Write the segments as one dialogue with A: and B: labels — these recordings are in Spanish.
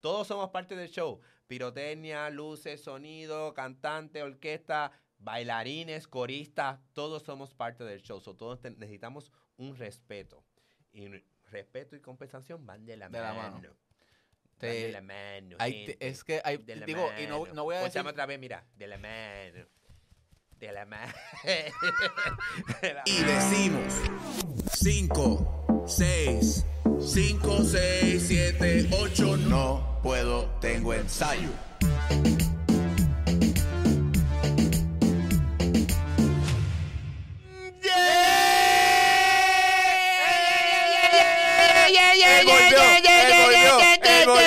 A: Todos somos parte del show. Pirotecnia, luces, sonido, cantante, orquesta, bailarines, coristas, todos somos parte del show. So, todos te- necesitamos un respeto. Y re- respeto y compensación van de la
B: De la
A: mano.
B: mano.
A: Van
B: Te-
A: de la mano.
B: Hay-
A: gente.
B: es que hay,
A: De la
B: digo, y no,
A: mano.
B: no voy a decir,
A: Ponchame otra vez, mira. De la mano. De la mano. De la
C: Y decimos 5, 6, 5, 6, 7, 8, no puedo, tengo ensayo.
D: Él volvió, él volvió, él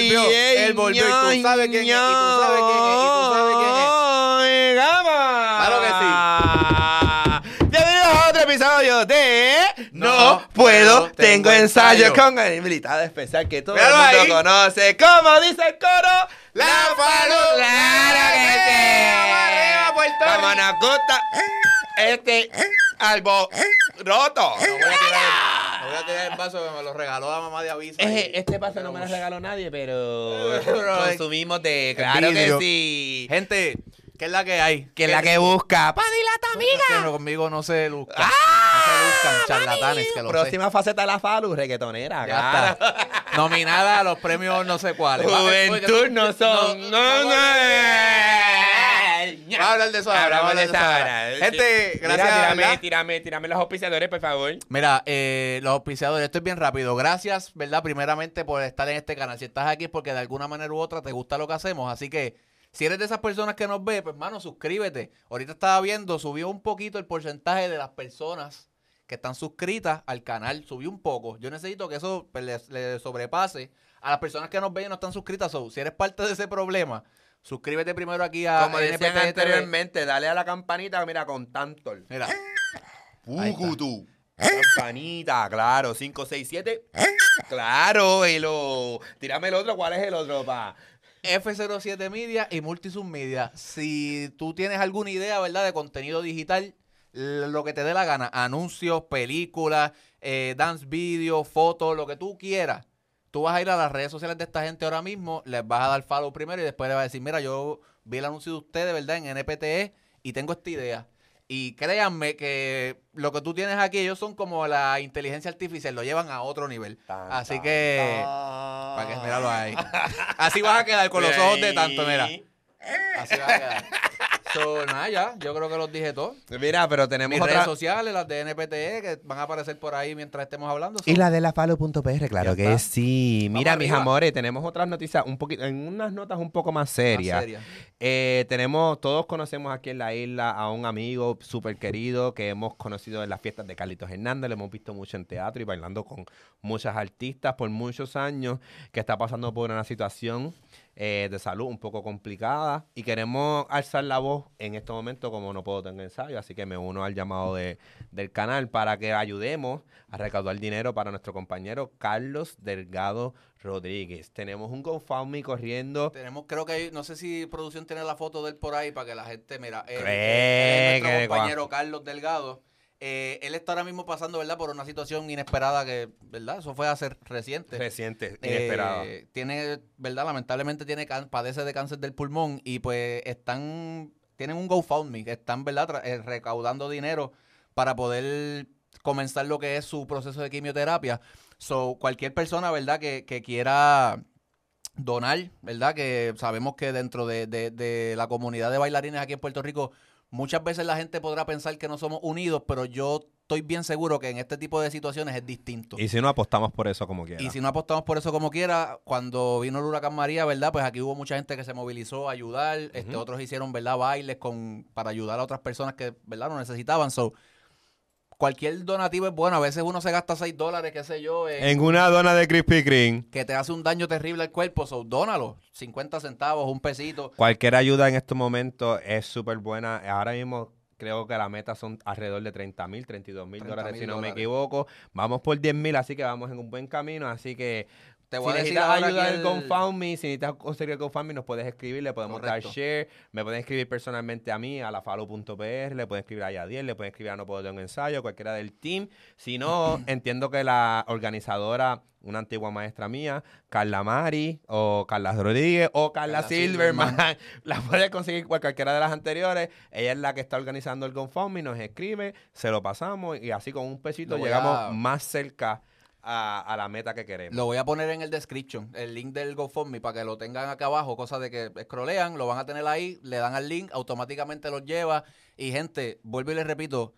D: volvió, él volvió, él volvió, él volvió, él volvió, y tú sabes quién es, y tú sabes quién es, y tú sabes quién es.
A: Claro que sí. Bienvenidos a otro episodio de
C: No puedo, tengo ensayo.
A: con el invitado especial que todo
C: Míralo
A: el
C: ahí.
A: mundo conoce. Como dice el coro,
C: La Falu-
A: Claro que sí.
C: Vamos arriba, Puerto
A: Como
C: Rico.
A: nos gusta este albo roto.
B: voy a tirar, voy a tirar el vaso que me lo regaló la mamá de aviso. ahí.
A: Eh, Este paso no me lo regaló nadie, pero consumimos de claro que
B: vidrio.
A: sí.
B: Gente, ¿qué es la que hay?
A: Que la que busca. Pa'
B: amiga. conmigo no se luzcan. no se luzcan, charlatanes, que lo sé.
A: Próxima faceta de la Falu, reggaetonera.
B: Ya
A: claro.
B: está. Nominada a los premios no sé cuáles.
A: Juventud no son.
B: No,
A: No,
B: no,
A: no,
B: no. Vamos a hablar de eso ahora. Vamos a hablar de eso ahora. Gente, gracias.
A: Tírame,
B: ¿verdad?
A: tírame, tírame los auspiciadores, por favor.
B: Mira, eh, los auspiciadores, esto es bien rápido. Gracias, ¿verdad? Primeramente por estar en este canal. Si estás aquí es porque de alguna manera u otra te gusta lo que hacemos. Así que si eres de esas personas que nos ve, pues hermano, suscríbete. Ahorita estaba viendo, subió un poquito el porcentaje de las personas que están suscritas al canal. Subió un poco. Yo necesito que eso pues, le, le sobrepase a las personas que nos ven y no están suscritas. So, si eres parte de ese problema, suscríbete primero aquí a
A: Como decían
B: NPT TV.
A: anteriormente, dale a la campanita, mira, con tanto.
B: Mira, Ahí está.
A: Pucutu. Campanita, claro, 5, 6, 7. Claro, y lo. Tírame el otro, ¿cuál es el otro, pa?
B: F07 Media y Multisub Media. Si tú tienes alguna idea, ¿verdad?, de contenido digital, l- lo que te dé la gana, anuncios, películas, eh, dance video, fotos, lo que tú quieras. Tú vas a ir a las redes sociales de esta gente ahora mismo, les vas a dar follow primero y después le vas a decir, mira, yo vi el anuncio de ustedes, ¿verdad?, en NPTE E y tengo esta idea. Y créanme que lo que tú tienes aquí, ellos son como la inteligencia artificial, lo llevan a otro nivel.
A: Tan,
B: Así
A: tan,
B: que... Para que míralo ahí. Así vas a quedar con los
A: Ah. Mira
B: ojos de
A: ahí.
B: tanto, mira. Así vas a quedar. So, nada, ya. Yo creo que los dije todos.
A: Mira, pero tenemos
B: Mis
A: otra-
B: redes sociales, las de NPTE, E, que van a aparecer por ahí mientras estemos hablando. So,
A: Y la de la falo.pr, claro
B: Ya
A: que
B: está.
A: sí.
B: Vamos
A: Mira, mis
B: arriba.
A: amores, tenemos otras noticias un poquito, en unas notas un poco más
B: más
A: serias.
B: seria.
A: Eh, tenemos, todos conocemos aquí en la isla a un amigo súper querido que hemos conocido en las fiestas de Carlitos Hernández, lo hemos visto mucho en teatro y bailando con muchas artistas por muchos años, que está pasando por una situación eh, de salud un poco complicada y queremos alzar la voz en este momento como no puedo tener ensayo, así que me uno al llamado de- del canal para que ayudemos a recaudar dinero para nuestro compañero Carlos Delgado Rodríguez. Tenemos un GoFundMe corriendo.
B: Tenemos, creo que hay- no sé si producción tiene la foto de él por ahí para que la gente, mira, él-
A: Cree
B: él es nuestro
A: que-
B: compañero Carlos Delgado. Eh, él está ahora mismo pasando, ¿verdad?, por una situación inesperada que, ¿verdad? Eso fue hace reciente.
A: Reciente,
B: Eh, tiene, ¿verdad? Lamentablemente tiene can- padece de cáncer del pulmón y pues están, tienen un GoFundMe, que están, ¿verdad? Tra- eh, recaudando dinero para poder comenzar lo que es su proceso de quimioterapia. So, cualquier persona, ¿verdad? Que, que quiera donar, ¿verdad? Que sabemos que dentro de, de- de la comunidad de bailarines aquí en Puerto Rico, muchas veces la gente podrá pensar que no somos unidos, pero yo estoy bien seguro que en este tipo de situaciones es distinto.
A: Y si no apostamos por eso como quiera.
B: Y si no apostamos por eso como quiera, cuando vino el huracán María, ¿verdad? Pues aquí hubo mucha gente que se movilizó a ayudar, este, otros hicieron, ¿verdad? Bailes con, para ayudar a otras personas que, ¿verdad? No necesitaban. So, cualquier donativo es bueno. A veces uno se gasta 6 dólares, qué sé yo, en-
A: En una dona de Krispy Kreme,
B: que te hace un daño terrible al cuerpo. So, dónalo. 50 centavos, un pesito.
A: cualquier ayuda en estos momentos es súper buena. Ahora mismo creo que la meta son alrededor de 30 mil, 32 mil
B: 30.000
A: dólares, si no me
B: dólares.
A: equivoco. Vamos por 10 mil, así que vamos en un buen camino. Así que
B: Te
A: Si
B: voy a decir
A: necesitas
B: ahora
A: ayuda
B: aquí
A: del
B: el-
A: GoFundMe, si necesitas conseguir el GoFundMe, nos puedes escribir, le podemos dar
B: Correcto.
A: share, me pueden escribir personalmente a mí, a lafalo.pr, le pueden escribir a Yadiel, le pueden escribir a No Puedo Tener un Ensayo, cualquiera del team. Si no, entiendo que la organizadora, una antigua maestra mía, Carla Mari, o Carla Rodríguez, o Carla,
B: Carla
A: Silverman,
B: Silverman.
A: la puedes conseguir por cualquiera de las anteriores. Ella es la que está organizando el GoFundMe, nos escribe, se lo pasamos y así con un pesito
B: Lo voy
A: llegamos
B: a-
A: más cerca a, a la meta que queremos.
B: Lo voy a poner en el description, el link del GoFundMe, para que lo tengan acá abajo, cosa de que scrollean, lo van a tener ahí, le dan al link, automáticamente los lleva. Y gente, vuelvo y les repito,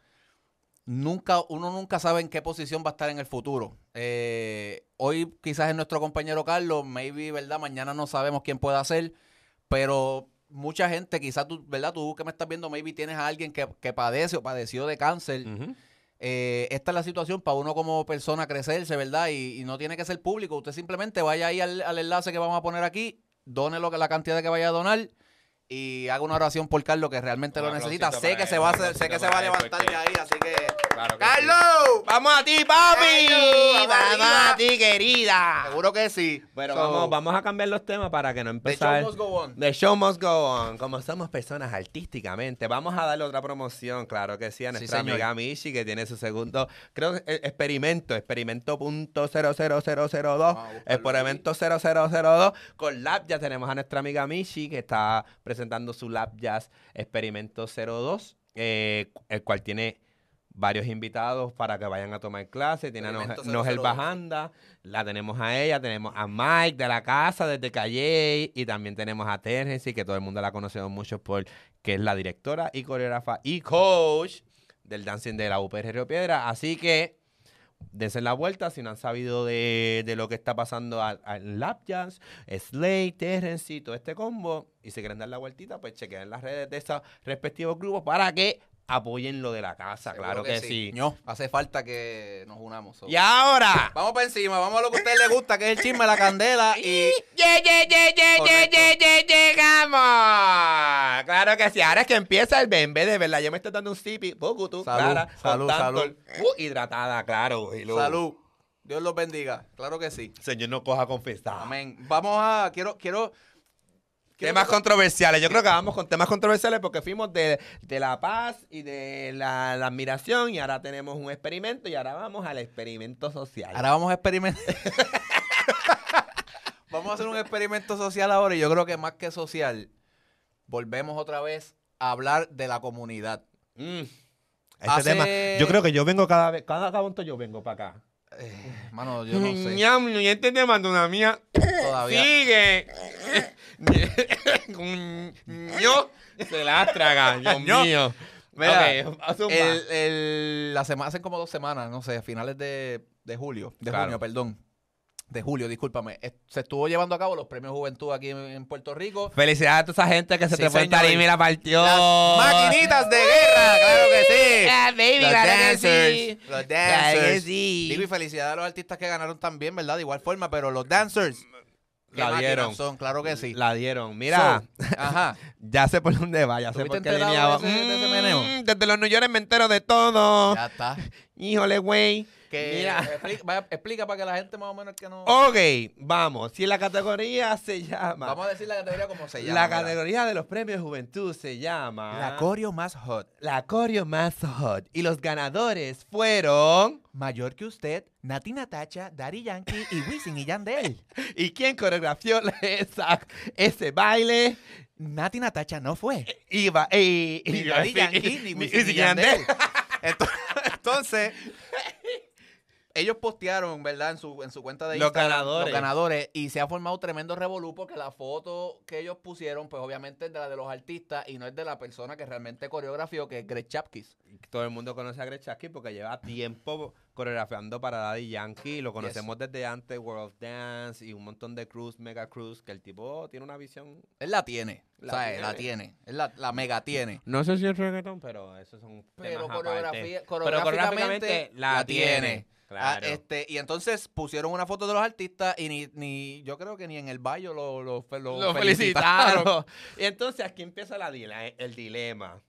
B: nunca, uno nunca sabe en qué posición va a estar en el futuro. Eh, hoy quizás es nuestro compañero Carlos, maybe, ¿verdad? Mañana no sabemos quién pueda ser, pero mucha gente, quizás tú, ¿verdad? Tú que me estás viendo, maybe tienes a alguien que, que padece o padeció de cáncer.
A: Ujú.
B: Eh, esta es la situación para uno como persona crecerse, ¿verdad? Y, y no tiene que ser público. Usted simplemente vaya ahí al, al enlace que vamos a poner aquí, done lo que, la cantidad que vaya a donar y haga una oración por Carlos que realmente
A: Un
B: lo necesita.
A: aplausito
B: Sé
A: para
B: que
A: él,
B: se
A: un
B: va a hacer-
A: aplausito
B: sé que se
A: para
B: va a
A: él,
B: levantar
A: porque-
B: de ahí, así que
A: Claro que sí.
C: ¡Carlos!
A: ¡Vamos a ti, papi!
C: Carlos, vamos
A: ¡Vamos
C: arriba.
A: a ti, querida!
B: seguro que sí.
A: Pero
B: So,
A: vamos, vamos a cambiar los temas para que no
B: The show
A: empezar.
B: must go on.
A: The show must go on. Como somos personas artísticamente, vamos a darle otra promoción, claro que sí, a
B: Sí,
A: nuestra
B: señor.
A: amiga Michi, que tiene su segundo, creo que eh, experimento, experimento punto cero cero cero cero dos,
B: Vamos a buscarlo
A: experimento 0002. Con Lab Jazz tenemos a nuestra amiga Michi, que está presentando su Lab Jazz Experimento 02, eh, cu- el cual tiene varios invitados para que vayan a tomar clase. Tiene a Nos-
B: Experimento
A: Nogel
B: 002.
A: Bajanda, la tenemos a ella, tenemos a Mike de la casa desde Calle y también tenemos a Tergency, que todo el mundo la conocemos mucho por que es la directora y coreógrafa y coach del dancing de la UPR Río Piedra. Así que dense la vuelta si no han sabido de, de lo que está pasando al, al Lap Jazz, Slay, Terrence y todo este combo. Y si quieren dar la vueltita, pues chequen las redes de esos respectivos grupos para que apoyen lo de la casa.
B: seguro
A: Ah, claro que, sí.
B: Ño, hace falta que nos unamos. so.
A: Y ahora.
B: Vamos para encima, vamos a lo que a usted le gusta, que es el chisme, la candela y...
A: Ye, ye, ye, ye, ye,
B: Correcto.
A: ye, ye, llegamos. Claro que sí. Ahora es que empieza el bembe, de verdad. Yo me estoy dando un sipi. Poco tú,
B: Salud,
A: Clara,
B: salud,
A: con tanto-
B: salud.
A: Uh, hidratada, claro. y luego-
B: Salud. Dios los bendiga. Claro que sí.
A: Señor, no coja confesada.
B: Amén. Vamos a. Quiero. quiero quiero-
A: Temas controversiales. Yo creo que vamos con temas controversiales porque fuimos de, de la paz y de la, la admiración y ahora tenemos un experimento y ahora vamos al experimento social.
B: Ahora vamos a experimentar. vamos a hacer un experimento social ahora y yo creo que más que social, volvemos otra vez a hablar de la comunidad.
A: Mm. Este
B: Hace-
A: tema, yo creo que yo vengo cada vez, cada cuánto yo vengo para acá.
B: Eh, mano, yo no sé.
A: Ñam, y este tema de una mía
B: Todavía.
A: sigue. Ño, se la traga, Dios
B: Ño.
A: mío.
B: Mira,
A: Ok, zumba.
B: El, el- la semana, hace como dos semanas, no sé, a finales de, de julio, de
A: Claro.
B: junio, perdón. De julio, discúlpame. Est- Se estuvo llevando a cabo los premios Juventud aquí en- en Puerto Rico.
A: Felicidades a toda esa gente que se
B: Sí,
A: te fue
B: señor.
A: estar y mira partió.
B: Maquinitas de guerra, claro que sí.
A: Ah, baby,
B: Los
A: claro que
B: dancers,
A: sí.
B: los
A: Claro que
B: dancers.
A: sí.
B: Digo, y felicidad a los artistas que ganaron también, ¿verdad? De igual forma, pero los dancers. qué
A: La
B: máquinas
A: dieron.
B: Son, claro que sí.
A: La dieron. Mira,
B: So, ajá.
A: ya sé por dónde va, ya sé
B: ¿Estuviste
A: por qué
B: enterado
A: línea va.
B: de ese- de ese meneo?
A: Mm, desde los New York me entero de todo.
B: Ya está.
A: Híjole, güey.
B: Que
A: Mira.
B: explica, vaya, explica para que la gente más o menos que no.
A: Ok, vamos. Si la categoría se llama.
B: Vamos a decir la categoría como se llama.
A: la
B: mira.
A: categoría de los premios Juventud se llama.
B: La coreo más hot.
A: La Corio más hot. Y los ganadores fueron.
B: Mayor que usted, Natina Tacha, Daddy Yankee y Wisin y Yandel.
A: ¿Y quién coreografió esa- ese baile?
B: Natina Tacha no fue.
A: Iba, y,
B: Ni Daddy Yankee, ni Wisin y Yandel. Ento- Entonces, ellos postearon, ¿verdad? En su, en su cuenta de
A: Los
B: Instagram
A: ganadores.
B: los ganadores. Y se ha formado tremendo revolú porque la foto que ellos pusieron, pues obviamente es de la de los artistas y no es de la persona que realmente coreografió, que es Greg Chapkis.
A: Todo el mundo conoce a Grechaski porque lleva tiempo coreografiando para Daddy Yankee. Lo conocemos desde antes, World of Dance y un montón de cruise, mega cruise, que el tipo tiene una visión.
B: Él la tiene.
A: La
B: La tiene.
A: tiene.
B: la tiene. Él la, la mega tiene. Ah,
A: No sé si es reggaetón, pero eso es un
B: Pero
A: coreografía,
B: coreografía- coreográficamente
A: la,
B: la
A: tiene.
B: tiene. Ah,
A: Claro.
B: este, y entonces pusieron una foto de los artistas y ni, ni yo creo que ni en el baño lo, lo, fe- lo
A: Lo
B: felicitaron.
A: felicitaron. Y entonces aquí empieza la dile- el dilema.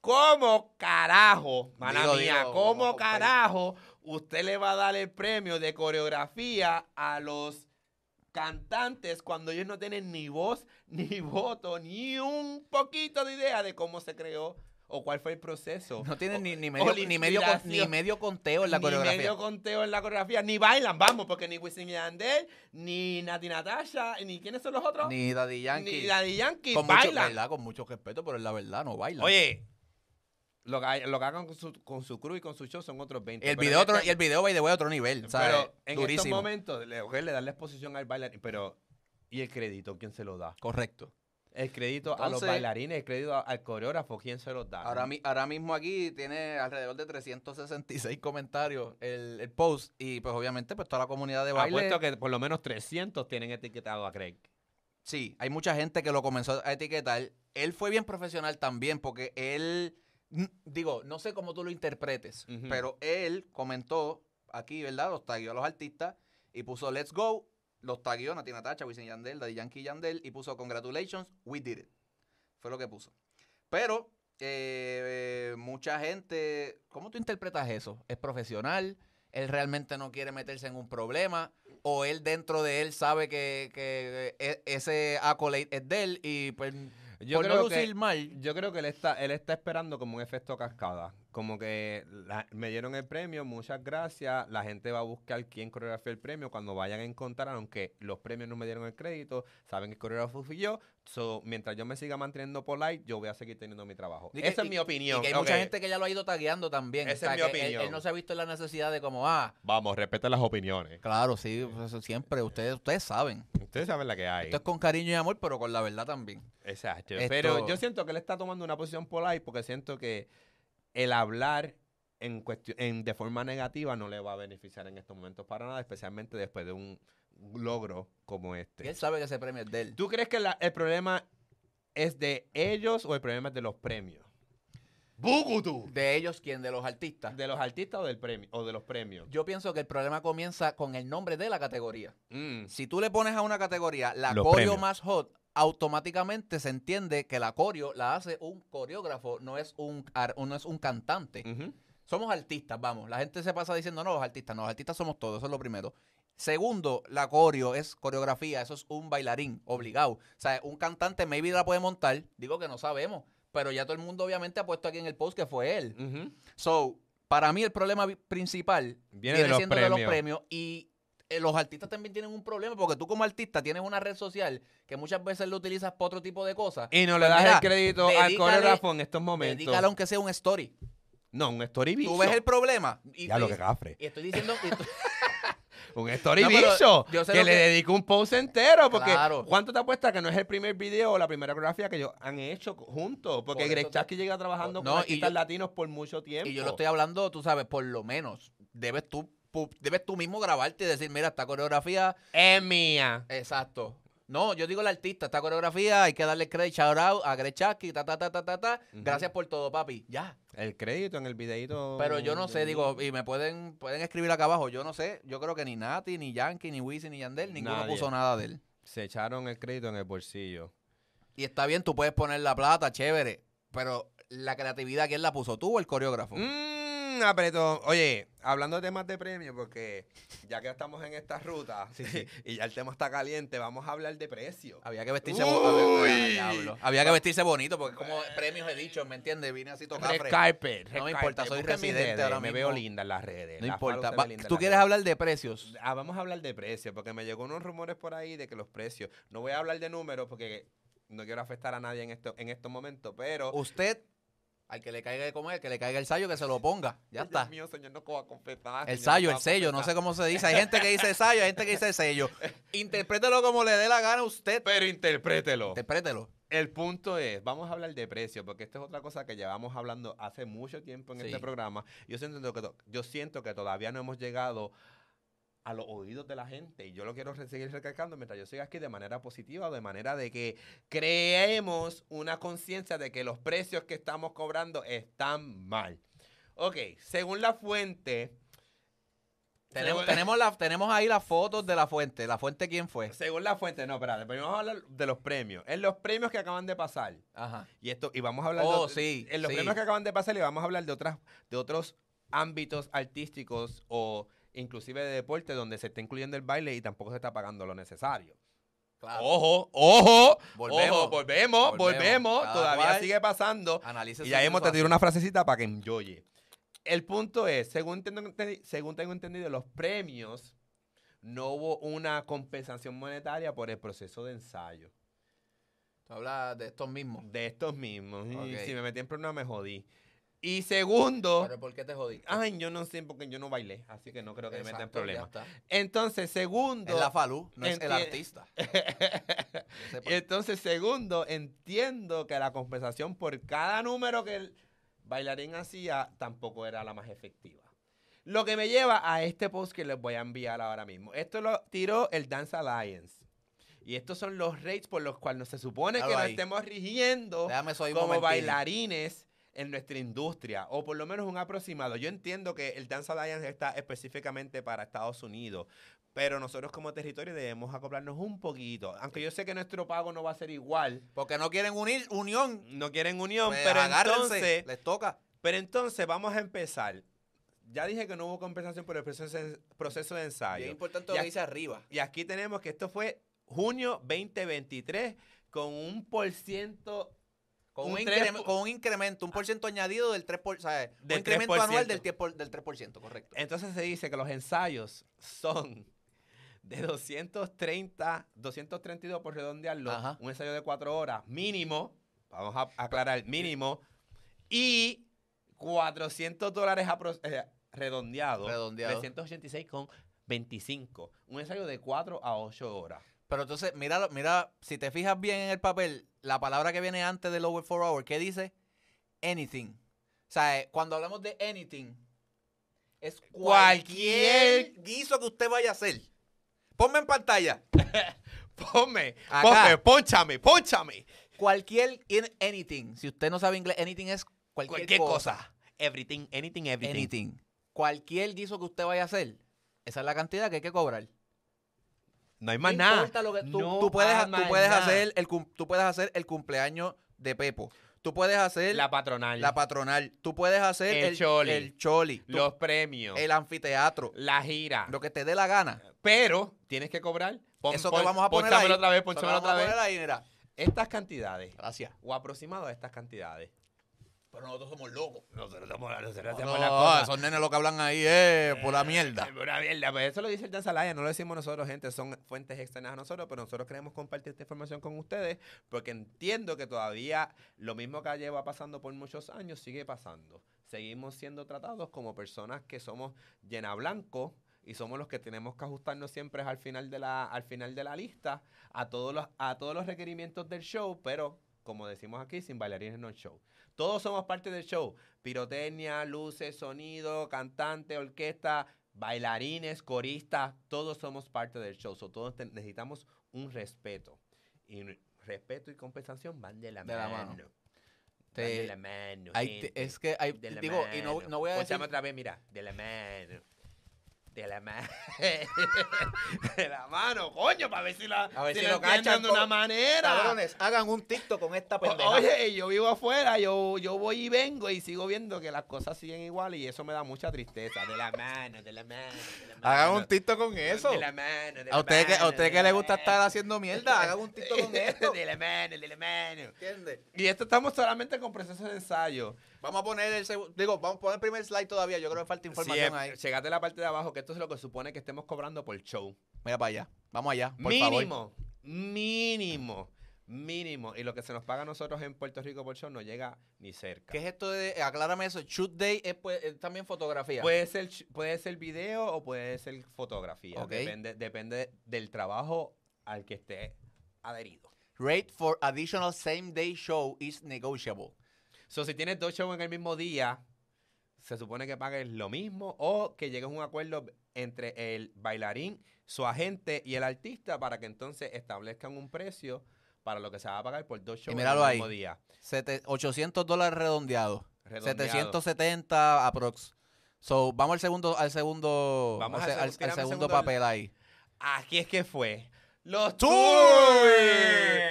A: ¿Cómo carajo, mala
B: Dilo,
A: mía,
B: dilo,
A: cómo
B: vamos, compadre.
A: carajo usted le va a dar el premio de coreografía a los cantantes cuando ellos no tienen ni voz, ni voto, ni un poquito de idea de cómo se creó o cuál fue el proceso.
B: No tienen
A: O-
B: ni, ni,
A: o
B: medio,
A: la
B: ni, medio, con-
A: inspiración.
B: ni medio conteo en la coreografía.
A: Ni medio conteo en la coreografía, ni bailan, vamos, porque ni Wisin y Yandel, ni Nati Natasha, ni quiénes son los otros,
B: Ni Daddy Yankee.
A: ni Daddy Yankee,
B: con mucho,
A: bailan.
B: ¿verdad? con mucho respeto, pero es la verdad, no bailan.
A: Oye, lo que, hay- lo que hagan con su, con su crew y con su show son otros 20.
B: el
A: pero en
B: video, otro,
A: este-
B: el video by the way, otro nivel. ¿sabes?
A: Pero en estos
B: Durísimo.
A: momentos le, ok, le dan la exposición al bailarín, pero ¿y el crédito? ¿Quién se lo da?
B: Correcto.
A: El crédito a los
B: Entonces-
A: bailarines, el crédito a- al coreógrafo, ¿quién se los da?
B: Ahora, mi- ahora mismo aquí tiene alrededor de 366 comentarios el, el post. Y pues obviamente, pues toda la comunidad de baile.
A: Apuesto que por lo menos 300 tienen etiquetado a Craig.
B: Sí, hay mucha gente que lo comenzó a etiquetar. Él fue bien profesional también porque él, n- digo, no sé cómo tú lo interpretes,
A: Ujú.
B: pero él comentó aquí, ¿verdad? Los tagueó a los artistas y puso Let's Go, los tagueó Nati Natacha, Wisin Yandel, Daddy Yankee y Yandel y puso Congratulations, we did it. Fue lo que puso. Pero eh, eh, mucha gente, ¿cómo tú interpretas eso? ¿Es profesional? ¿Él realmente no quiere meterse en un problema? ¿O él dentro de él sabe que, que e- ese accolade es de él y pues
A: Yo
B: por no
A: creo que-
B: lucir mal?
A: Yo creo que él está, él está esperando como un efecto cascada. Como que la- me dieron el premio, muchas gracias. La gente va a buscar quién coreografió el premio. Cuando vayan a encontrar, aunque los premios no me dieron el crédito, saben que el coreógrafo fui yo. So, mientras yo me siga manteniendo polite, yo voy a seguir teniendo mi trabajo.
B: Y que-
A: Esa
B: y-
A: es mi opinión.
B: Y que hay
A: Ok.
B: mucha gente que ya lo ha ido tagueando también.
A: Esa
B: o sea,
A: es mi
B: que él-
A: opinión.
B: Él, no se ha visto en la necesidad de como, ah,
A: Vamos, respeta las opiniones.
B: claro, sí, pues, eso siempre, ustedes, ustedes saben.
A: Ustedes saben la que hay.
B: Esto es con cariño y amor, pero con la verdad también.
A: Exacto.
B: Esto-
A: Pero yo siento que él está tomando una posición polite porque siento que el hablar en cuestión, en, de forma negativa no le va a beneficiar en estos momentos para nada, especialmente después de un logro como
B: Y él
A: este.
B: sabe que ese premio es de él.
A: ¿Tú crees que la- el problema es de ellos o el problema es de los premios? ¡Bugutu!
B: De ellos, quien de los artistas.
A: ¿De los artistas o del premio? O de los premios.
B: Yo pienso que el problema comienza con el nombre de la categoría.
A: Mm.
B: Si tú le pones a una categoría la
A: Los
B: coreo
A: premios.
B: más hot, automáticamente se entiende que la coreo la hace un coreógrafo, no es un, ar- no es un cantante.
A: Ujú.
B: Somos artistas, vamos. La gente se pasa diciendo, no, los artistas, no, los artistas somos todos, eso es lo primero. Segundo, la coreo es coreografía, eso es un bailarín, obligado. O sea, un cantante maybe la puede montar, digo que no sabemos, pero ya todo el mundo obviamente ha puesto aquí en el post que fue él.
A: Ujú.
B: So, para mí el problema vi- principal
A: Viene
B: viene,
A: de los
B: siendo de
A: premios.
B: los premios y eh, los artistas también tienen un problema porque tú como artista tienes una red social que muchas veces lo utilizas para otro tipo de cosas.
A: Y no le
B: Pues
A: das
B: mira,
A: el crédito al
B: dedícale-
A: coreógrafo en estos momentos.
B: Dedícale aunque sea un story.
A: No, un story
B: Tú ves el problema y,
A: Ya lo que
B: y-
A: gafre.
B: y estoy diciendo... y estoy-
A: Un story
B: No, pero
A: bicho
B: yo sé
A: que
B: lo
A: le
B: que-
A: dedico un post entero porque
B: Claro.
A: ¿cuánto te apuesta que no es el primer video o la primera coreografía que ellos han hecho juntos? Porque
B: Por
A: Greg
B: eso te- Oh,
A: Chasky llega trabajando
B: No,
A: con
B: y
A: artistas
B: yo-
A: latinos por mucho tiempo.
B: Y yo lo estoy hablando, tú sabes, por lo menos debes tú, pu- debes tú mismo grabarte y decir, mira, esta coreografía,
A: Es mía.
B: exacto. No, yo digo el artista, esta coreografía, hay que darle crédito, shout out a Grechaski, ta, ta, ta, ta, ta, ta.
A: Ujú.
B: Gracias por todo, papi. Ya.
A: El crédito en el videito.
B: Pero yo no sé, digo, y me pueden, pueden escribir acá abajo, yo no sé, yo creo que ni Nati, ni Yankee, ni Wisin, ni Yandel, ninguno
A: Nadie.
B: puso nada de él.
A: Se echaron el crédito en el bolsillo.
B: Y está bien, tú puedes poner la plata, chévere, pero la creatividad, ¿quién la puso? ¿Tú o el coreógrafo?
A: Mmm, apretón. Oye, hablando de temas de premio, porque ya que estamos en esta ruta y ya el tema está caliente, vamos a hablar de precio.
B: Había que vestirse
A: Uy.
B: bonito. Había que vestirse bonito porque como premios he dicho, ¿me entiendes? Vine así tocado.
A: Red carpet,
B: No me
A: red
B: importa,
A: carpet.
B: soy
A: Busca mis
B: residente
A: redes,
B: ahora
A: Me
B: mismo.
A: veo linda en las redes.
B: No
A: la
B: importa.
A: falo se
B: Va-
A: ve linda en
B: ¿Tú
A: las
B: quieres
A: redes.
B: hablar de precios?
A: Ah, vamos a hablar de precios, porque me llegó unos rumores por ahí de que los precios. No voy a hablar de números porque no quiero afectar a nadie en esto, en estos momentos, pero.
B: Usted, al que le caiga de comer, que le caiga el sallo, que se lo ponga. Ya
A: Ay,
B: está.
A: Dios mío, señor, no voy a confesar.
B: El
A: señor,
B: sallo,
A: voy
B: el
A: a
B: sello, no
A: confesar.
B: sé cómo se dice. Hay gente que dice sallo, hay gente que dice sello. Interprételo como le dé la gana a usted.
A: Pero interprételo.
B: Interprételo.
A: El punto es, vamos a hablar de precios, porque esta es otra cosa que llevamos hablando hace mucho tiempo en
B: Sí.
A: este programa. Yo siento, que to- yo siento que todavía no hemos llegado a los oídos de la gente y yo lo quiero re- seguir recalcando mientras yo siga aquí de manera positiva, de manera de que creemos una conciencia de que los precios que estamos cobrando están mal. Ok, según la fuente,
B: Tenemos,
A: Según-
B: tenemos, la, tenemos ahí las fotos de la fuente. ¿La fuente quién fue?
A: según la fuente, no, espérate, primero vamos a hablar de los premios. En los premios que acaban de pasar,
B: Ajá.
A: Y esto, y vamos a hablar
B: Oh,
A: de,
B: sí,
A: en los
B: sí.
A: premios que acaban de pasar, y vamos a hablar de otras, de otros ámbitos artísticos o inclusive de deporte, donde se está incluyendo el baile y tampoco se está pagando lo necesario. Ah.
B: Claro.
A: Ojo, ojo, volvemos, volvemos,
B: Volvemos. Volvemos.
A: volvemos.
B: Cada
A: Todavía
B: cual.
A: sigue pasando.
B: Analiza
A: Y
B: esa
A: ya hemos te
B: situación.
A: tirado una frasecita para que enjoye. El punto es, según tengo, ente- según tengo entendido, los premios no hubo una compensación monetaria por el proceso de ensayo
B: Tú hablas de estos mismos.
A: de estos mismos. Y
B: Ok.
A: si me metí en problemas me jodí. Y segundo,
B: Pero ¿por qué te jodiste?
A: ay, yo no sé porque yo no bailé, así que no creo que me metan en
B: Exacto, ya
A: problemas.
B: está.
A: Entonces, segundo,
B: Es la Falú, no es el
A: Enti-
B: artista. Que sepa.
A: Entonces, segundo, entiendo que la compensación por cada número que el bailarín hacía tampoco era la más efectiva. Lo que me lleva a este post que les voy a enviar ahora mismo. Esto lo tiró el Dance Alliance. Y estos son los rates por los cuales se supone
B: Claro
A: que nos
B: ahí.
A: estemos rigiendo
B: Déjame soy un
A: como
B: momentito.
A: bailarines en nuestra industria, o por lo menos un aproximado. Yo entiendo que el Dance Alliance está específicamente para Estados Unidos, pero nosotros como territorio debemos acoplarnos un poquito. Aunque yo sé que nuestro pago no va a ser igual,
B: Porque no quieren unir, unión.
A: no quieren unión,
B: Pues,
A: pero
B: agárrense,
A: entonces,
B: les toca.
A: pero entonces vamos a empezar. Ya dije que no hubo compensación por el proceso de, proceso de
B: Bien
A: ensayo.
B: importante
A: Y
B: lo que
A: aquí-
B: dice arriba.
A: Y aquí tenemos que esto fue junio 2023 con un por ciento
B: Con un,
A: Un
B: increme-
A: 3
B: con un incremento, un por ciento añadido del 3%, por, o sea, un
A: Del
B: incremento
A: 3%.
B: anual del, 10 por- del 3%, correcto.
A: Entonces se dice que los ensayos son de 230, 232 por redondearlo,
B: Ajá.
A: un ensayo de cuatro horas mínimo, vamos a aclarar, mínimo, y 400 dólares apro- eh, redondeado,
B: Redondeado.
A: 386 con 25, un ensayo de 4 a 8 horas.
B: Pero entonces, mira, mira, si te fijas bien en el papel, la palabra que viene antes del over four hour, ¿qué dice? Anything. O sea, eh, cuando hablamos de anything, es cualquier,
A: Cualquier-
B: guiso que usted vaya a hacer. Ponme en pantalla.
A: Ponme,
B: Acá.
A: ponme, ponchame, ponchame.
B: Cualquier in- anything. Si usted no sabe inglés, anything es cualquier,
A: Cualquier
B: cosa.
A: cosa. Everything, anything, everything.
B: Anything. Cualquier guiso que usted vaya a hacer, esa es la cantidad que hay que cobrar.
A: No hay más
B: No
A: nada.
B: importa lo que- tú,
A: No
B: tú puedes,
A: hay
B: tú
A: más
B: puedes
A: nada.
B: hacer el cum- tú puedes hacer el cumpleaños de Pepo. Tú puedes hacer
A: la
B: la,
A: patronal.
B: patronal. Tú puedes hacer el,
A: El choli.
B: el choli, tú-
A: los premios,
B: el anfiteatro.
A: la gira.
B: Lo que te dé la gana.
A: Pero tienes que cobrar. Pon-
B: Eso
A: pon-
B: que vamos a poner
A: pónchamelo
B: ahí.
A: otra vez,
B: Eso que
A: pónchamelo
B: vamos a
A: otra vez.
B: poner ahí, mira.
A: Estas cantidades,
B: Gracias.
A: o aproximado a estas cantidades.
B: Pero nosotros somos locos.
A: Nosotros somos, nosotros
B: No, esos nenes lo que hablan ahí es por la
A: Eh,
B: mierda.
A: Una mierda, pues eso lo dice el Dance Alliance, no lo decimos nosotros, gente, son fuentes externas a nosotros, pero nosotros queremos compartir esta información con ustedes porque entiendo que todavía lo mismo que lleva pasando por muchos años sigue pasando. Seguimos siendo tratados como personas que somos llena blanco y somos los que tenemos que ajustarnos siempre al final de la al final de la lista a todos los a todos los requerimientos del show, pero como decimos aquí, sin bailarines no hay show. Todos somos parte del show. Pirotecnia, luces, sonido, cantante, orquesta, bailarines, coristas, todos somos parte del show. So, todos te- necesitamos un respeto. Y n- respeto y compensación van de la
B: De la
A: mano.
B: mano.
A: Van de
B: Te-
A: la mano.
B: Ahí te-
A: gente.
B: es que hay,
A: De la
B: digo, y no,
A: mano.
B: no voy a decir.
A: Pónchame otra vez, mira. De la mano. De la mano. de la mano, coño, para ver si, la,
B: A ver si
A: la
B: lo cachan
A: entienden de
B: con-
A: una manera.
B: Cabrones, hagan un TikTok con esta pendeja.
A: Oye, yo vivo afuera, yo, yo voy y vengo y sigo viendo que las cosas siguen igual y eso me da mucha tristeza. De la mano, de la mano, de la mano.
B: hagan un TikTok con eso.
A: De la mano, de la
B: A usted que,
A: mano,
B: a usted
A: de
B: que
A: la
B: le gusta
A: mano.
B: estar haciendo mierda, hagan un TikTok con esto.
A: De la mano, de la mano.
B: ¿Entiendes?
A: Y esto estamos solamente con procesos de ensayo.
B: Vamos a poner el segu- digo, vamos a poner el primer slide todavía, yo creo que falta información
A: Siem-
B: ahí.
A: Checate la parte de abajo, que esto es lo que supone que estemos cobrando por show.
B: Mira para allá. Vamos allá, por favor.
A: mínimo, mínimo, mínimo. Y lo que se nos paga a nosotros en Puerto Rico por show no llega ni cerca.
B: ¿Qué es esto de aclárame eso? Shoot day es, pues, es también fotografía.
A: Puede ser, ch- puede ser video o puede ser fotografía.
B: Ok.
A: Depende, depende del trabajo al que esté adherido.
B: Rate for additional same day show is negotiable.
A: So, si tienes dos shows en el mismo día, se supone que pagues lo mismo o que llegues a un acuerdo entre el bailarín, su agente y el artista para que entonces establezcan un precio para lo que se va a pagar por dos shows en
B: míralo
A: el
B: ahí.
A: mismo día.
B: Sete- 800 dólares redondeados.
A: Redondeado.
B: 770 aprox. So, vamos al segundo al segundo
A: Vamos
B: al,
A: al
B: se-
A: segun-
B: al- al
A: tírame el
B: segundo
A: segundo-
B: papel ahí.
A: Aquí es que fue. Los
B: Tours.
A: tours.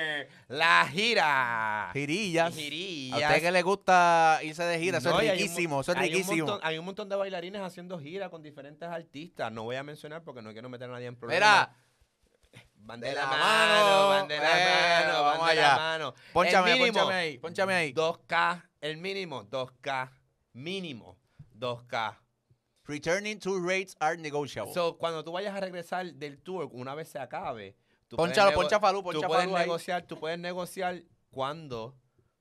A: La gira.
B: Ah. Girillas.
A: Girillas.
B: A usted que le gusta irse de gira, eso
A: No, y
B: es
A: hay un
B: riquísimo,
A: mon-
B: eso es
A: hay un
B: riquísimo.
A: montón- hay un montón de bailarines haciendo giras con diferentes artistas. No voy a mencionar porque no quiero meter a nadie en problemas.
B: Mira,
A: bandera
B: de la mano,
A: mano, bandera
B: eh,
A: mano,
B: vamos
A: bandera
B: allá.
A: mano.
B: ponchame,
A: El mínimo,
B: ponchame ahí, ponchame ahí.
A: 2K, el mínimo, 2K, mínimo, 2K.
B: Returning to rates are negotiable.
A: So, cuando tú vayas a regresar del tour, una vez se acabe, tú
B: Pónchalo,
A: puedes nego-
B: poncha Falú, poncha
A: tú puedes
B: Falú ahí.
A: negociar, tú puedes negociar cuando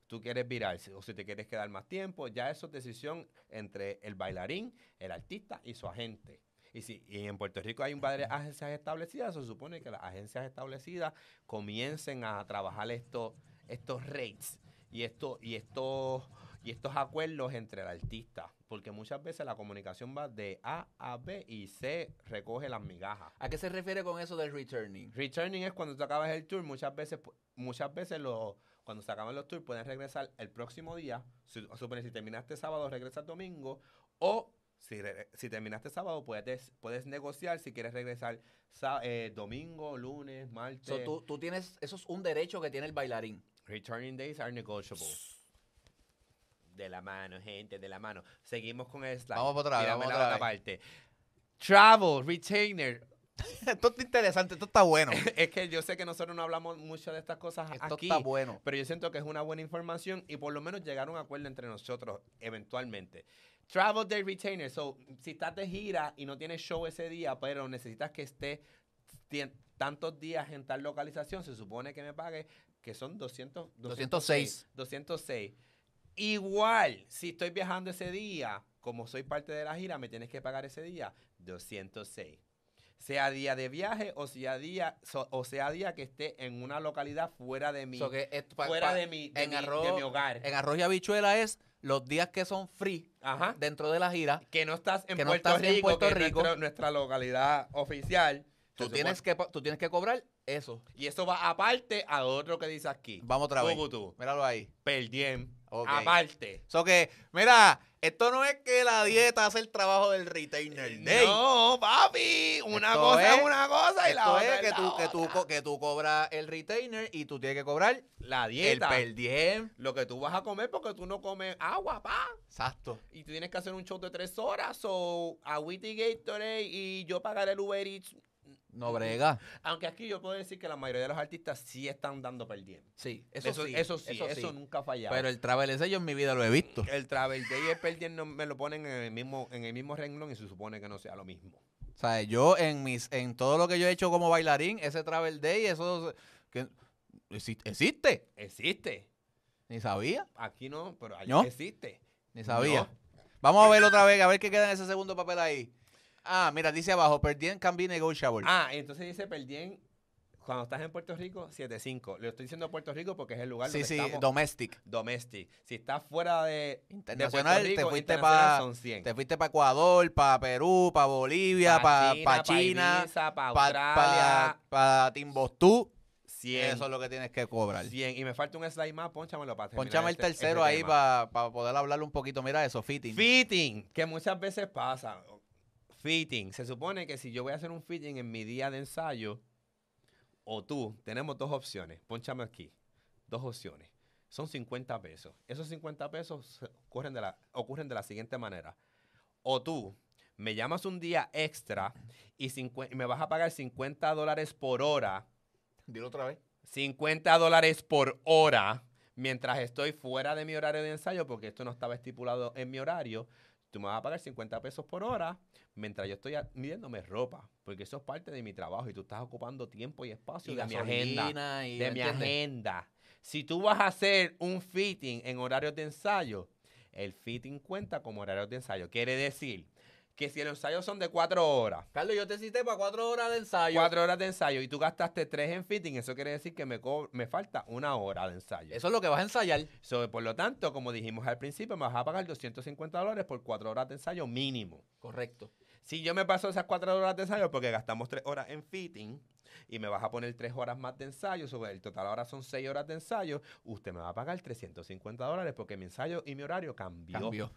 A: tú quieres virarse o si te quieres quedar más tiempo, ya eso es decisión entre el bailarín, el artista y su agente. Y si y en Puerto Rico hay un par de agencias establecidas, se supone que las agencias establecidas comiencen a trabajar estos estos rates y esto y estos y estos acuerdos entre el artista, porque muchas veces la comunicación va de A a B y C recoge las migajas.
B: ¿A qué se refiere con eso del returning?
A: Returning es cuando tú acabas el tour. Muchas veces, pu- muchas veces los, cuando se acaban los tours, pueden regresar el próximo día. Si, supone, si terminaste sábado, regresas domingo. O si, re- si terminaste sábado, puedes, puedes negociar si quieres regresar sa- eh, domingo, lunes, martes.
B: So, tú, tú tienes, eso es un derecho que tiene el bailarín.
A: Returning days are negotiable. De la mano, gente, de la mano. Seguimos con el slide.
B: Vamos para otra vez,
A: Tírame
B: vamos
A: la
B: para
A: otra
B: otra
A: parte. Travel, retainer.
B: esto está interesante, esto está bueno.
A: es que yo sé que nosotros no hablamos mucho de estas cosas
B: Esto
A: aquí.
B: está bueno.
A: Pero yo siento que es una buena información y por lo menos llegar a un acuerdo entre nosotros eventualmente. Travel Day Retainer. So, si estás de gira y no tienes show ese día, pero necesitas que esté tien- tantos días en tal localización, se supone que me pague, que son 200,
B: 206.
A: 206. Igual, si estoy viajando ese día, como soy parte de la gira, me tienes que pagar ese día 206 sea día de viaje o sea día so- o sea día que esté en una localidad fuera de mi
B: So que esto pa-
A: fuera
B: pa-
A: de mi de
B: en
A: mi-
B: arroz,
A: de mi hogar
B: En arroz y habichuela es los días que son free
A: Ajá.
B: dentro de la gira.
A: que no estás en
B: que no
A: Puerto
B: estás en
A: Rico
B: Puerto
A: que es
B: Rico.
A: nuestra, nuestra localidad oficial
B: Tú
A: Se
B: tienes,
A: supone-
B: que, pa- tú tienes que cobrar eso.
A: y eso va aparte a otro que dice aquí
B: Vamos otra vez.
A: Cúcutu,
B: Míralo ahí.
A: Perdiem
B: Ok.
A: aparte
B: So que, mira, esto no es que la dieta hace el trabajo del retainer day.
A: Eh, no papi una
B: Esto
A: cosa es
B: es-
A: una cosa y la
B: Esto
A: otra
B: es que
A: la
B: tú, que, tú,
A: otra.
B: co- que tú cobras el retainer y tú tienes que cobrar
A: la
B: el
A: dieta
B: per diem.
A: lo que tú vas a comer porque tú no comes agua pa
B: Exacto.
A: y tú tienes que hacer un show de tres horas o agüita y Gatorade y yo pagaré el Uber Eats.
B: No brega.
A: Aunque aquí yo puedo decir que la mayoría de los artistas sí están dando perdiendo.
B: Sí, eso,
A: Eso, eso
B: sí.
A: sí, eso, nunca ha fallado.
B: Pero el travel ese yo en mi vida lo he visto.
A: el Travel Day y el perdiendo me lo ponen en el mismo en el mismo renglón y se supone que no sea lo mismo.
B: O sea, yo en mis en todo lo que yo he hecho como bailarín, ese travel day, eso que, exi- existe.
A: Existe.
B: Ni sabía,
A: Aquí no, pero allá
B: ¿No?
A: existe.
B: ni sabía.
A: No.
B: Vamos a ver otra vez, a ver qué queda en ese segundo papel ahí. Ah, mira, dice abajo, per diem can be negotiable.
A: Ah, entonces dice perdien cuando estás en Puerto Rico 75. Le estoy diciendo Puerto Rico porque es el lugar
B: sí,
A: donde
B: sí,
A: estamos
B: domestic.
A: domestic. Si estás fuera de
B: Internacional,
A: de Puerto Rico,
B: te fuiste
A: internacional
B: pa-
A: son 100.
B: Te fuiste para Ecuador, para Perú, para Bolivia, para China,
A: para
B: para
A: Australia,
B: Timbuktu.
A: 100.
B: Eso es lo que tienes que cobrar.
A: 100. Y me falta un slide más, ponchamelo para terminar
B: Ponchame el
A: este-
B: tercero
A: este
B: ahí
A: tema.
B: para poder hablarle un poquito. Mira eso, fitting.
A: Fitting, que muchas veces pasa. Fitting, se supone que si yo voy a hacer un fitting en mi día de ensayo, o tú, tenemos dos opciones. Ponchame aquí, dos opciones. Son 50 pesos. Esos 50 pesos ocurren de la, ocurren de la siguiente manera. O tú me llamas un día extra y, cincuen- y me vas a pagar 50 dólares por hora
B: Dilo otra vez.
A: 50 dólares por hora mientras estoy fuera de mi horario de ensayo, porque esto no estaba estipulado en mi horario. Tú me vas a pagar 50 pesos por hora mientras yo estoy a- midiéndome ropa, porque eso es parte de mi trabajo y tú estás ocupando tiempo y espacio de mi agenda.
B: y-
A: De mi
B: ¿entiendes?
A: agenda. Si tú vas a hacer un fitting en horarios de ensayo, el fitting cuenta como horarios de ensayo. Quiere decir que si los ensayos son de 4 horas,
B: Carlos, yo te cité para cuatro horas de ensayo.
A: cuatro horas de ensayo y tú gastaste tres en fitting, eso quiere decir que me, co- me falta una hora de ensayo.
B: Eso es lo que vas a ensayar.
A: So, por lo tanto, como dijimos al principio, me vas a pagar 250 dólares por cuatro horas de ensayo mínimo.
B: Correcto.
A: Si yo me paso esas cuatro horas de ensayo porque gastamos tres horas en fitting y me vas a poner tres horas más de ensayo, sobre el total ahora son seis horas de ensayo, usted me va a pagar 350 dólares porque mi ensayo y mi horario cambió.
B: Cambio.
A: Eso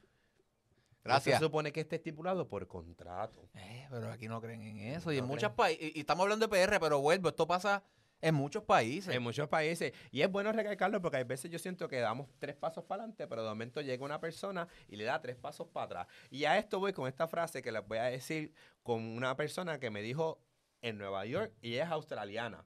B: Gracias.
A: Se supone que esté estipulado por contrato.
B: Eh, pero aquí no creen en eso. y
A: No
B: en muchos
A: creen.
B: países. Y, y estamos hablando de PR, pero vuelvo. Esto pasa En muchos países.
A: En muchos países. Y es bueno recalcarlo porque a veces yo siento que damos tres pasos para adelante, pero de momento llega una persona y le da tres pasos para atrás. Y a esto voy con esta frase que les voy a decir con una persona que me dijo en Nueva York y ella es australiana.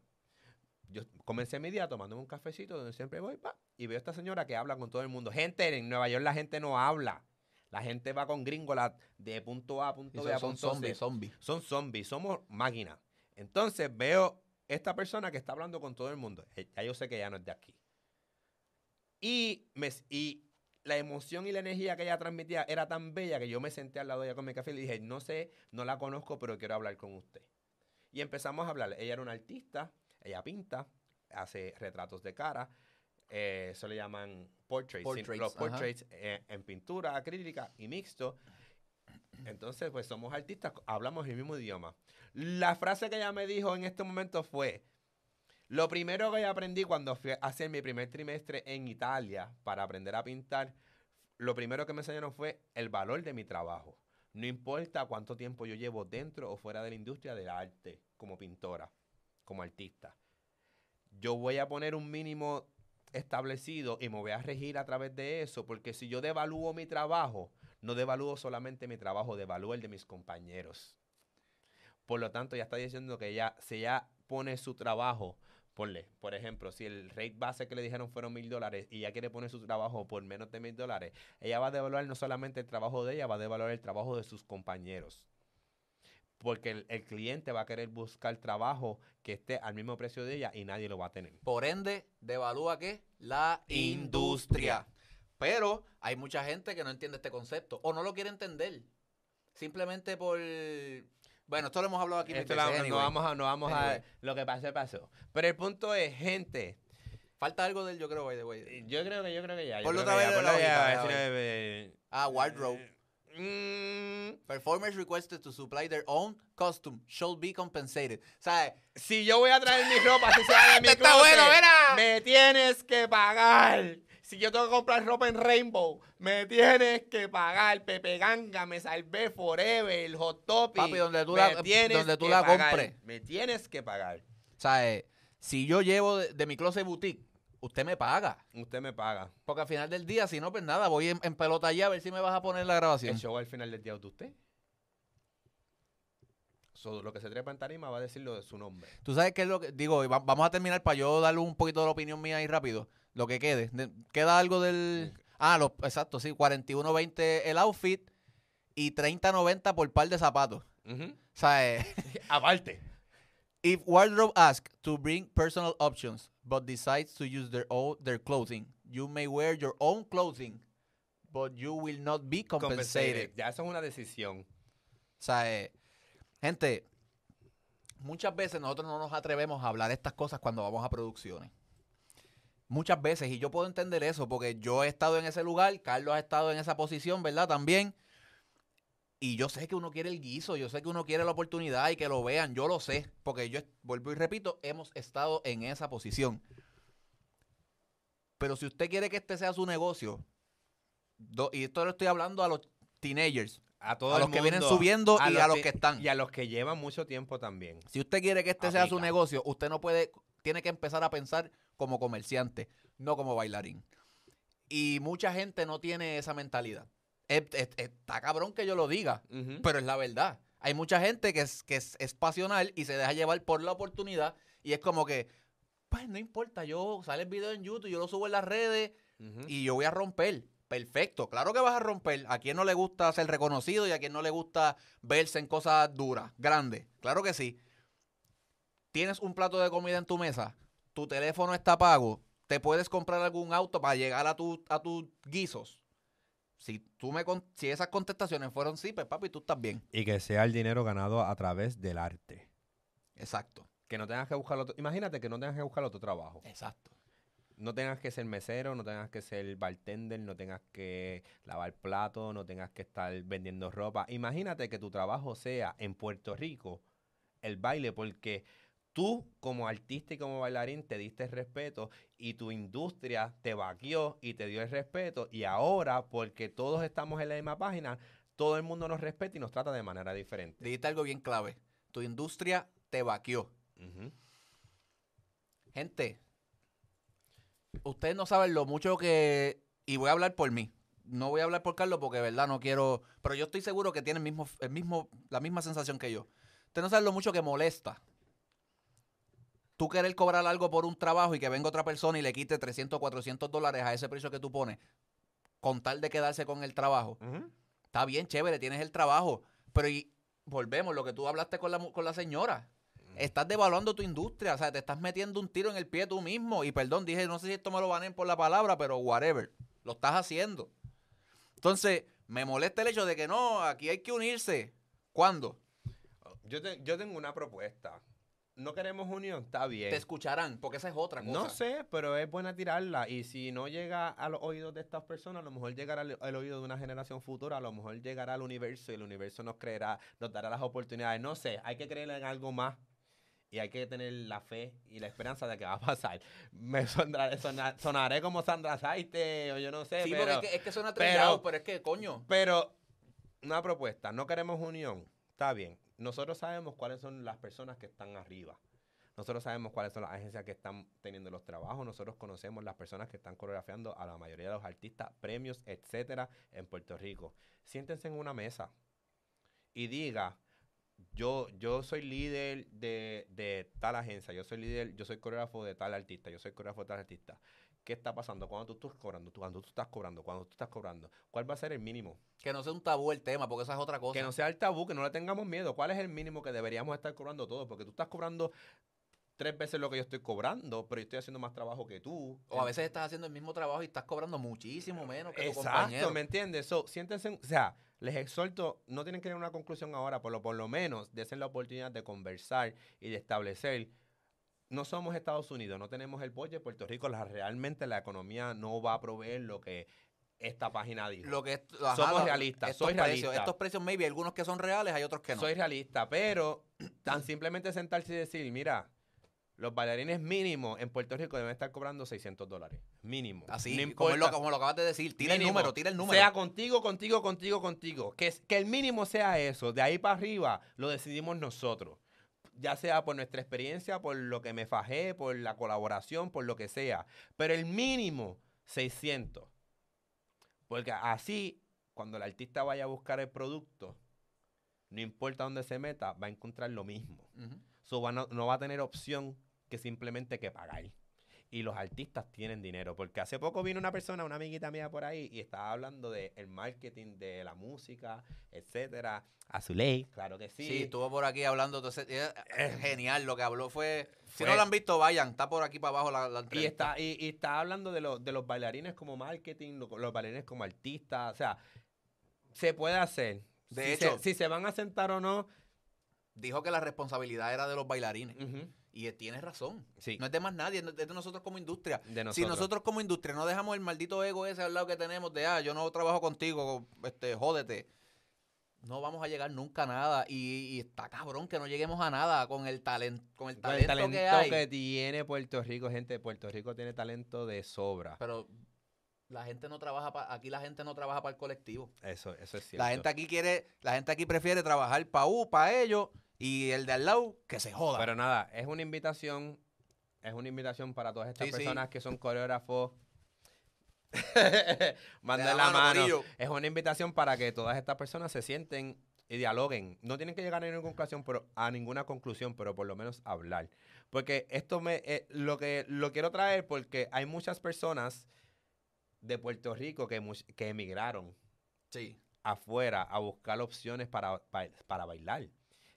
A: Yo comencé mi día tomándome un cafecito donde siempre voy pa, y veo a esta señora que habla con todo el mundo. Gente, en Nueva York la gente no habla. La gente va con gringolas de punto A a punto
B: Y
A: B a
B: son- son
A: punto C
B: zombies, zombies.
A: son zombies, somos máquinas. Entonces veo esta persona que está hablando con todo el mundo. Eh, Ya yo sé que ya no es de aquí. Y, me, y la emoción y la energía que ella transmitía era tan bella que yo me senté al lado de ella con mi café y le dije, no sé, no la conozco, pero quiero hablar con usted. Y empezamos a hablar. Ella era una artista, ella pinta, hace retratos de cara. eh, eso le llaman portraits. sí,
B: Portraits,
A: los
B: ajá.
A: portraits eh, en pintura acrílica y mixto. Entonces, pues somos artistas, hablamos el mismo idioma. La frase que ella me dijo en este momento fue, lo primero que yo aprendí cuando fui a hacer mi primer trimestre en Italia para aprender a pintar, lo primero que me enseñaron fue el valor de mi trabajo. No importa cuánto tiempo yo llevo dentro o fuera de la industria del arte, como pintora, como artista. Yo voy a poner un mínimo establecido y me voy a regir a través de eso, porque si yo devalúo mi trabajo, no devalúo solamente mi trabajo, devalúo el de mis compañeros. Por lo tanto, ya está diciendo que ya, si ya pone su trabajo, ponle, por ejemplo, si el rate base que le dijeron fueron mil dólares y ya quiere poner su trabajo por menos de mil dólares, ella va a devaluar no solamente el trabajo de ella, va a devaluar el trabajo de sus compañeros. Porque el, el cliente va a querer buscar trabajo que esté al mismo precio de ella y nadie lo va a tener.
B: Por ende, devalúa qué? La industria. Pero hay mucha gente que no entiende este concepto o no lo quiere entender. Simplemente por... Bueno, esto lo hemos hablado aquí. mil
A: Esto
B: veces,
A: la- no
B: anyway.
A: vamos a, no vamos
B: Anyway.
A: a lo que pasó, pasó. Pero el punto es, gente,
B: Falta algo de él, yo creo, by the way.
A: yo creo que yo creo que ya. yo
B: Ponlo
A: creo que
B: otra
A: ya,
B: vez de
A: ponlo
B: la
A: ya,
B: hojita,
A: a
B: ya,
A: ver
B: Ah,
A: eh,
B: wardrobe.
A: si le- Mm,
B: Performers requested to supply their own costume shall be compensated. O sea,
A: Si yo voy a traer mi ropa, si sea de mi
B: Está
A: closet,
B: bueno, mira.
A: me tienes que pagar. Si yo tengo que comprar ropa en Rainbow, me tienes que pagar. Pepe Ganga, me salvé forever, el hot topic.
B: Papi, donde tú
A: me
B: la-
A: tienes
B: donde tú
A: que
B: la
A: pagar.
B: compres.
A: Me tienes que pagar.
B: o sea, eh, si yo llevo de, de mi closet boutique, usted me paga.
A: Usted me paga.
B: Porque al final del día, si no, pues nada, voy en, en pelota allá a ver si me vas a poner la grabación.
A: El show al final del día es de usted. So, lo que se trepa en tarima va a decir lo de su nombre.
B: Tú sabes qué es lo que. Digo, y va- vamos a terminar para yo darle un poquito de la opinión mía ahí rápido. Lo que quede. De- queda algo del. Ah, los, exacto, sí. 41.20 el outfit y 30.90 por par de zapatos. O sea, eh,
A: Aparte.
B: if wardrobe asks to bring personal options, but decides to use their own their clothing, you may wear your own clothing, but you will not be compensated.
A: Compensated. Ya eso es una decisión.
B: O sea, eh, gente, muchas veces nosotros no nos atrevemos a hablar estas cosas cuando vamos a producciones. Muchas veces, y yo puedo entender eso, porque yo he estado en ese lugar, Carlos ha estado en esa posición, ¿verdad? También. Y yo sé que uno quiere el guiso, yo sé que uno quiere la oportunidad y que lo vean, yo lo sé, porque yo vuelvo y repito, hemos estado en esa posición. Pero si usted quiere que este sea su negocio, do- y esto lo estoy hablando a los teenagers,
A: A todos
B: A los que vienen subiendo y a los que están.
A: Y a los que llevan mucho tiempo también.
B: Si usted quiere que este sea su
A: Aplica.
B: negocio, usted no puede, tiene que empezar a pensar como comerciante, no como bailarín. Y mucha gente no tiene esa mentalidad. Es- es- está cabrón que yo lo diga,
A: Ujú.
B: pero es la verdad. Hay mucha gente que es, que es, es pasional y se deja llevar por la oportunidad y es como que, pues no importa, yo sale el video en YouTube, yo lo subo en las redes
A: Ujú.
B: y yo voy a romper. Perfecto, claro que vas a romper. A quien no le gusta ser reconocido y a quien no le gusta verse en cosas duras, grandes. Claro que sí. Tienes un plato de comida en tu mesa, tu teléfono está pago, te puedes comprar algún auto para llegar a, tu, a tus guisos. Si, tú me, con- si esas contestaciones fueron sí, pues papi, tú estás bien.
A: Y que sea el dinero ganado a través del arte.
B: Exacto,
A: Que no tengas que buscar otro. Imagínate que no tengas que buscar otro trabajo.
B: exacto.
A: No tengas que ser mesero, no tengas que ser bartender, no tengas que lavar platos, no tengas que estar vendiendo ropa. Imagínate que tu trabajo sea en Puerto Rico el baile, porque tú como artista y como bailarín te diste el respeto y tu industria te vaqueó y te dio el respeto. Y ahora, porque todos estamos en la misma página, todo el mundo nos respeta y nos trata de manera diferente.
B: Dijiste algo bien clave. Tu industria te vaqueó.
A: Ujú.
B: Gente, ustedes no saben lo mucho que. Y voy a hablar por mí. No voy a hablar por Carlos porque, de verdad, no quiero. Pero yo estoy seguro que tiene el mismo, el mismo, la misma sensación que yo. Ustedes no saben lo mucho que molesta. Tú querer cobrar algo por un trabajo y que venga otra persona y le quite 300, 400 dólares a ese precio que tú pones, con tal de quedarse con el trabajo.
A: Ujú.
B: Está bien, chévere, tienes el trabajo. Pero y volvemos, lo que tú hablaste con la, mu- con la señora. Estás devaluando tu industria, o sea, te estás metiendo un tiro en el pie tú mismo. Y perdón, dije, no sé si esto me lo banen por la palabra, pero whatever. Lo estás haciendo. Entonces, me molesta el hecho de que no, aquí hay que unirse. ¿Cuándo?
A: Yo, te- yo tengo una propuesta. No queremos unión, está bien.
B: Te escucharán, porque esa es otra cosa.
A: Eh. No sé, pero es buena tirarla. Y si no llega a los oídos de estas personas, a lo mejor llegará al, al oído de una generación futura, a lo mejor llegará al universo y el universo nos creerá, nos dará las oportunidades. No sé, hay que creer en algo más. Y hay que tener la fe y la esperanza de que va a pasar. Me sonaré, sona- sonaré como Sandra Saite o yo no sé.
B: Sí,
A: pero,
B: porque es que, es que suena
A: pero-
B: trillado, pero es que, coño.
A: pero una propuesta, no queremos unión, está bien. Nosotros sabemos cuáles son las personas que están arriba. Nosotros sabemos cuáles son las agencias que están teniendo los trabajos. Nosotros conocemos las personas que están coreografiando a la mayoría de los artistas, premios, etcétera, en Puerto Rico. Siéntense en una mesa y diga, yo, yo soy líder de, de tal agencia, yo soy líder, yo soy coreógrafo de tal artista, yo soy coreógrafo de tal artista. ¿Qué está pasando? ¿Cuándo tú estás cobrando? ¿Cuándo tú estás cobrando? ¿Cuándo tú estás cobrando? ¿Cuál va a ser el mínimo?
B: Que no sea un tabú el tema, porque esa es otra cosa.
A: Que no sea el tabú, que no le tengamos miedo. ¿Cuál es el mínimo que deberíamos estar cobrando todos? Porque tú estás cobrando tres veces lo que yo estoy cobrando, pero yo estoy haciendo más trabajo que tú.
B: O a veces estás haciendo el mismo trabajo y estás cobrando muchísimo menos que tu compañero.
A: Exacto, ¿me entiendes? So, siéntense, o sea, les exhorto, no tienen que ir a una conclusión ahora, pero por lo menos desen la oportunidad de conversar y de establecer. No somos Estados Unidos, no tenemos el budget. Puerto Rico, la- realmente la economía no va a proveer lo que esta página dijo.
B: lo que es-
A: Somos
B: lo-
A: realistas,
B: estos
A: soy
B: precios,
A: realista.
B: Estos precios, maybe, algunos que son reales, hay otros que no.
A: Soy realista, pero tan simplemente sentarse y decir, mira, los bailarines mínimos en Puerto Rico deben estar cobrando 600 dólares. Mínimo.
B: Así,
A: No
B: como,
A: importa.
B: es lo, como lo acabas de decir, tira el
A: Mínimo.
B: número, tira el número.
A: Sea contigo, contigo, contigo, contigo. Que, es- que el mínimo sea eso. De ahí para arriba lo decidimos nosotros. Ya sea por nuestra experiencia, por lo que me fajé, por la colaboración, por lo que sea. Pero el mínimo, 600. Porque así, cuando el artista vaya a buscar el producto, no importa dónde se meta, va a encontrar lo mismo.
B: Ujú.
A: So, va- no, no va a tener opción que simplemente que pagar. Y los artistas tienen dinero. Porque hace poco vino una persona, una amiguita mía por ahí, y estaba hablando del marketing de la música, etcétera. Azuley, claro que sí.
B: Sí, estuvo por aquí hablando. Entonces, eh, eh, genial, lo que habló fue. Si
A: Fue-
B: no lo han visto, vayan, está por aquí para abajo la, la
A: y
B: entrevista.
A: está, y, y está hablando de, los de los bailarines como marketing, lo- los bailarines como artistas. O sea, se puede hacer.
B: De
A: si
B: hecho-
A: se, si se van a sentar o no.
B: Dijo que la responsabilidad era de los bailarines.
A: ujú,
B: Y eh, tienes razón.
A: Sí.
B: No es de más nadie, no- es de nosotros como industria.
A: De
B: Si
A: nosotros.
B: nosotros como industria no dejamos el maldito ego ese al lado que tenemos de, ah, yo no trabajo contigo, este, jódete, no vamos a llegar nunca a nada. Y, y está cabrón que no lleguemos a nada con el, talento con el
A: Con
B: talento
A: Pues el talento
B: que hay.
A: que tiene Puerto Rico, gente, Puerto Rico tiene talento de sobra.
B: Pero la gente no trabaja, pa- aquí la gente no trabaja para el colectivo.
A: Eso, eso es cierto.
B: La gente aquí quiere, la gente aquí prefiere trabajar para U, para ellos, y el de al lado que se joda.
A: Pero nada, es una invitación, es una invitación para todas estas
B: Sí, sí.
A: personas que son coreógrafos. Manda
B: De la
A: la
B: mano,
A: mano.
B: corillo.
A: Es una invitación para que todas estas personas se sienten y dialoguen. No tienen que llegar a ninguna conclusión, pero a ninguna conclusión, pero por lo menos hablar. Porque esto me eh, lo que lo quiero traer porque hay muchas personas de Puerto Rico que, mu- que emigraron
B: sí.
A: afuera a buscar opciones para, ba- para bailar.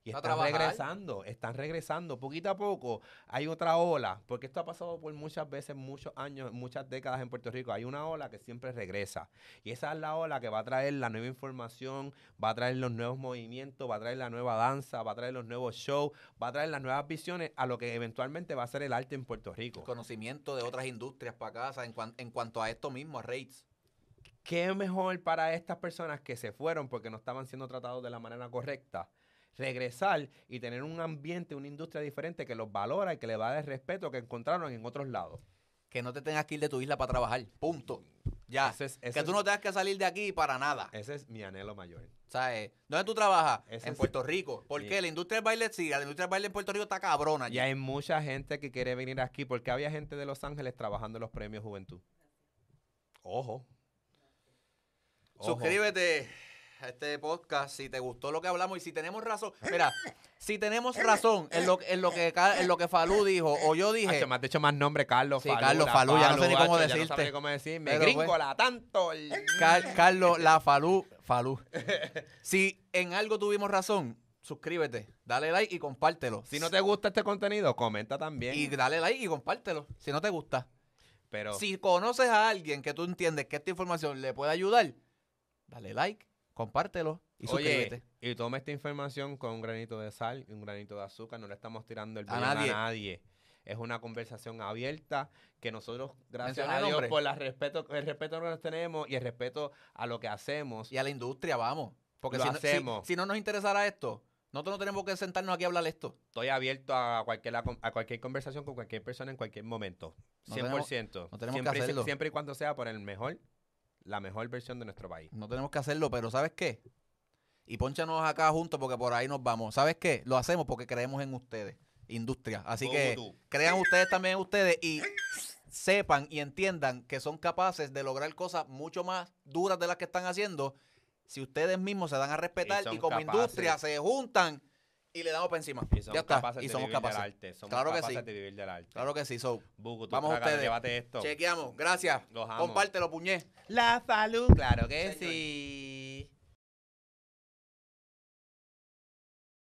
A: Y
B: A
A: están
B: trabajar.
A: regresando, están regresando. Poquito a poco hay otra ola, porque esto ha pasado por muchas veces, muchos años, muchas décadas en Puerto Rico. Hay una ola que siempre regresa. Y esa es la ola que va a traer la nueva información, va a traer los nuevos movimientos, va a traer la nueva danza, va a traer los nuevos shows, va a traer las nuevas visiones a lo que eventualmente va a ser el arte en Puerto Rico.
B: Conocimiento de otras industrias para casa en, cuan- en cuanto a esto mismo, a rates.
A: ¿qué mejor para estas personas que se fueron porque no estaban siendo tratados de la manera correcta? Regresar y tener un ambiente, una industria diferente que los valora y que le va a dar el respeto que encontraron en otros lados.
B: que no te tengas que ir de tu isla para trabajar. Punto. Ya.
A: Ese es- ese
B: que tú
A: es-
B: no tengas que salir de aquí para nada.
A: Ese es mi anhelo mayor.
B: ¿Sabes? ¿Dónde tú trabajas?
A: Ese
B: en
A: es-
B: Puerto Rico. ¿Por
A: Sí.
B: qué? La industria del baile, sí, la industria del baile en Puerto Rico está cabrona.
A: Y
B: Ah, Ya.
A: hay mucha gente que quiere venir aquí porque había gente de Los Ángeles trabajando en los premios Juventud. Ojo. Ojo.
B: Suscríbete a este podcast si te gustó lo que hablamos y si tenemos razón. Mira, si tenemos razón en lo, en lo, que, ca- en lo que Falú dijo o yo dije.
A: Hacho, me has dicho más nombre, Carlos
B: Sí,
A: Falú.
B: Carlos
A: la
B: Falú, ya no sé ni cómo
A: hacho, Ya no
B: decirte.
A: sabía cómo decirme.
B: Pero, pues,
A: Gringola, tanto. el-
B: Car- Carlos, la Falú. Falú. Si en algo tuvimos razón, suscríbete, dale like y compártelo.
A: Si no te gusta este contenido, comenta también.
B: Y dale like y compártelo. Si no te gusta.
A: pero
B: Si conoces a alguien que tú entiendes que esta información le puede ayudar, dale like, compártelo y suscríbete.
A: Oye, y toma esta información con un granito de sal y un granito de azúcar. No le estamos tirando el
B: A
A: billón a nadie.
B: nadie.
A: Es una conversación abierta que nosotros, gracias
B: Menciona
A: a
B: el
A: Dios,
B: nombre.
A: por la respeto, el respeto que nos tenemos y el respeto a lo que hacemos.
B: Y a la industria, vamos. Porque
A: Lo
B: si, no- si-
A: hacemos.
B: si No, nos interesara esto, nosotros no tenemos que sentarnos aquí a hablar esto.
A: Estoy abierto a cualquier, a cualquier conversación con cualquier persona en cualquier momento.
B: No
A: 100%.
B: no tenemos que
A: siempre, y-
B: hacerlo.
A: siempre y cuando sea por el mejor, la mejor versión de nuestro país.
B: No tenemos que hacerlo, pero ¿sabes qué? Y ponchanos acá juntos porque por ahí nos vamos. ¿Sabes qué? Lo hacemos porque creemos en ustedes, industria. Así que
A: Tú, tú.
B: crean ustedes también en ustedes y sepan y entiendan que son capaces de lograr cosas mucho más duras de las que están haciendo si ustedes mismos se dan a
A: Y
B: respetar
A: son
B: y, como
A: capaces.
B: industria se juntan y le damos para encima.
A: Y somos
B: ya está.
A: capaces
B: y
A: de
B: somos
A: vivir
B: capaces.
A: del arte. Somos
B: Claro que
A: capaces
B: sí.
A: de vivir del arte.
B: Claro que sí, so.
A: Bugu, tú
B: Vamos
A: trágate,
B: ustedes.
A: Llévate esto.
B: Chequeamos. Gracias.
A: Los amo.
B: Compártelo, puñé.
A: La Falú, claro que sí.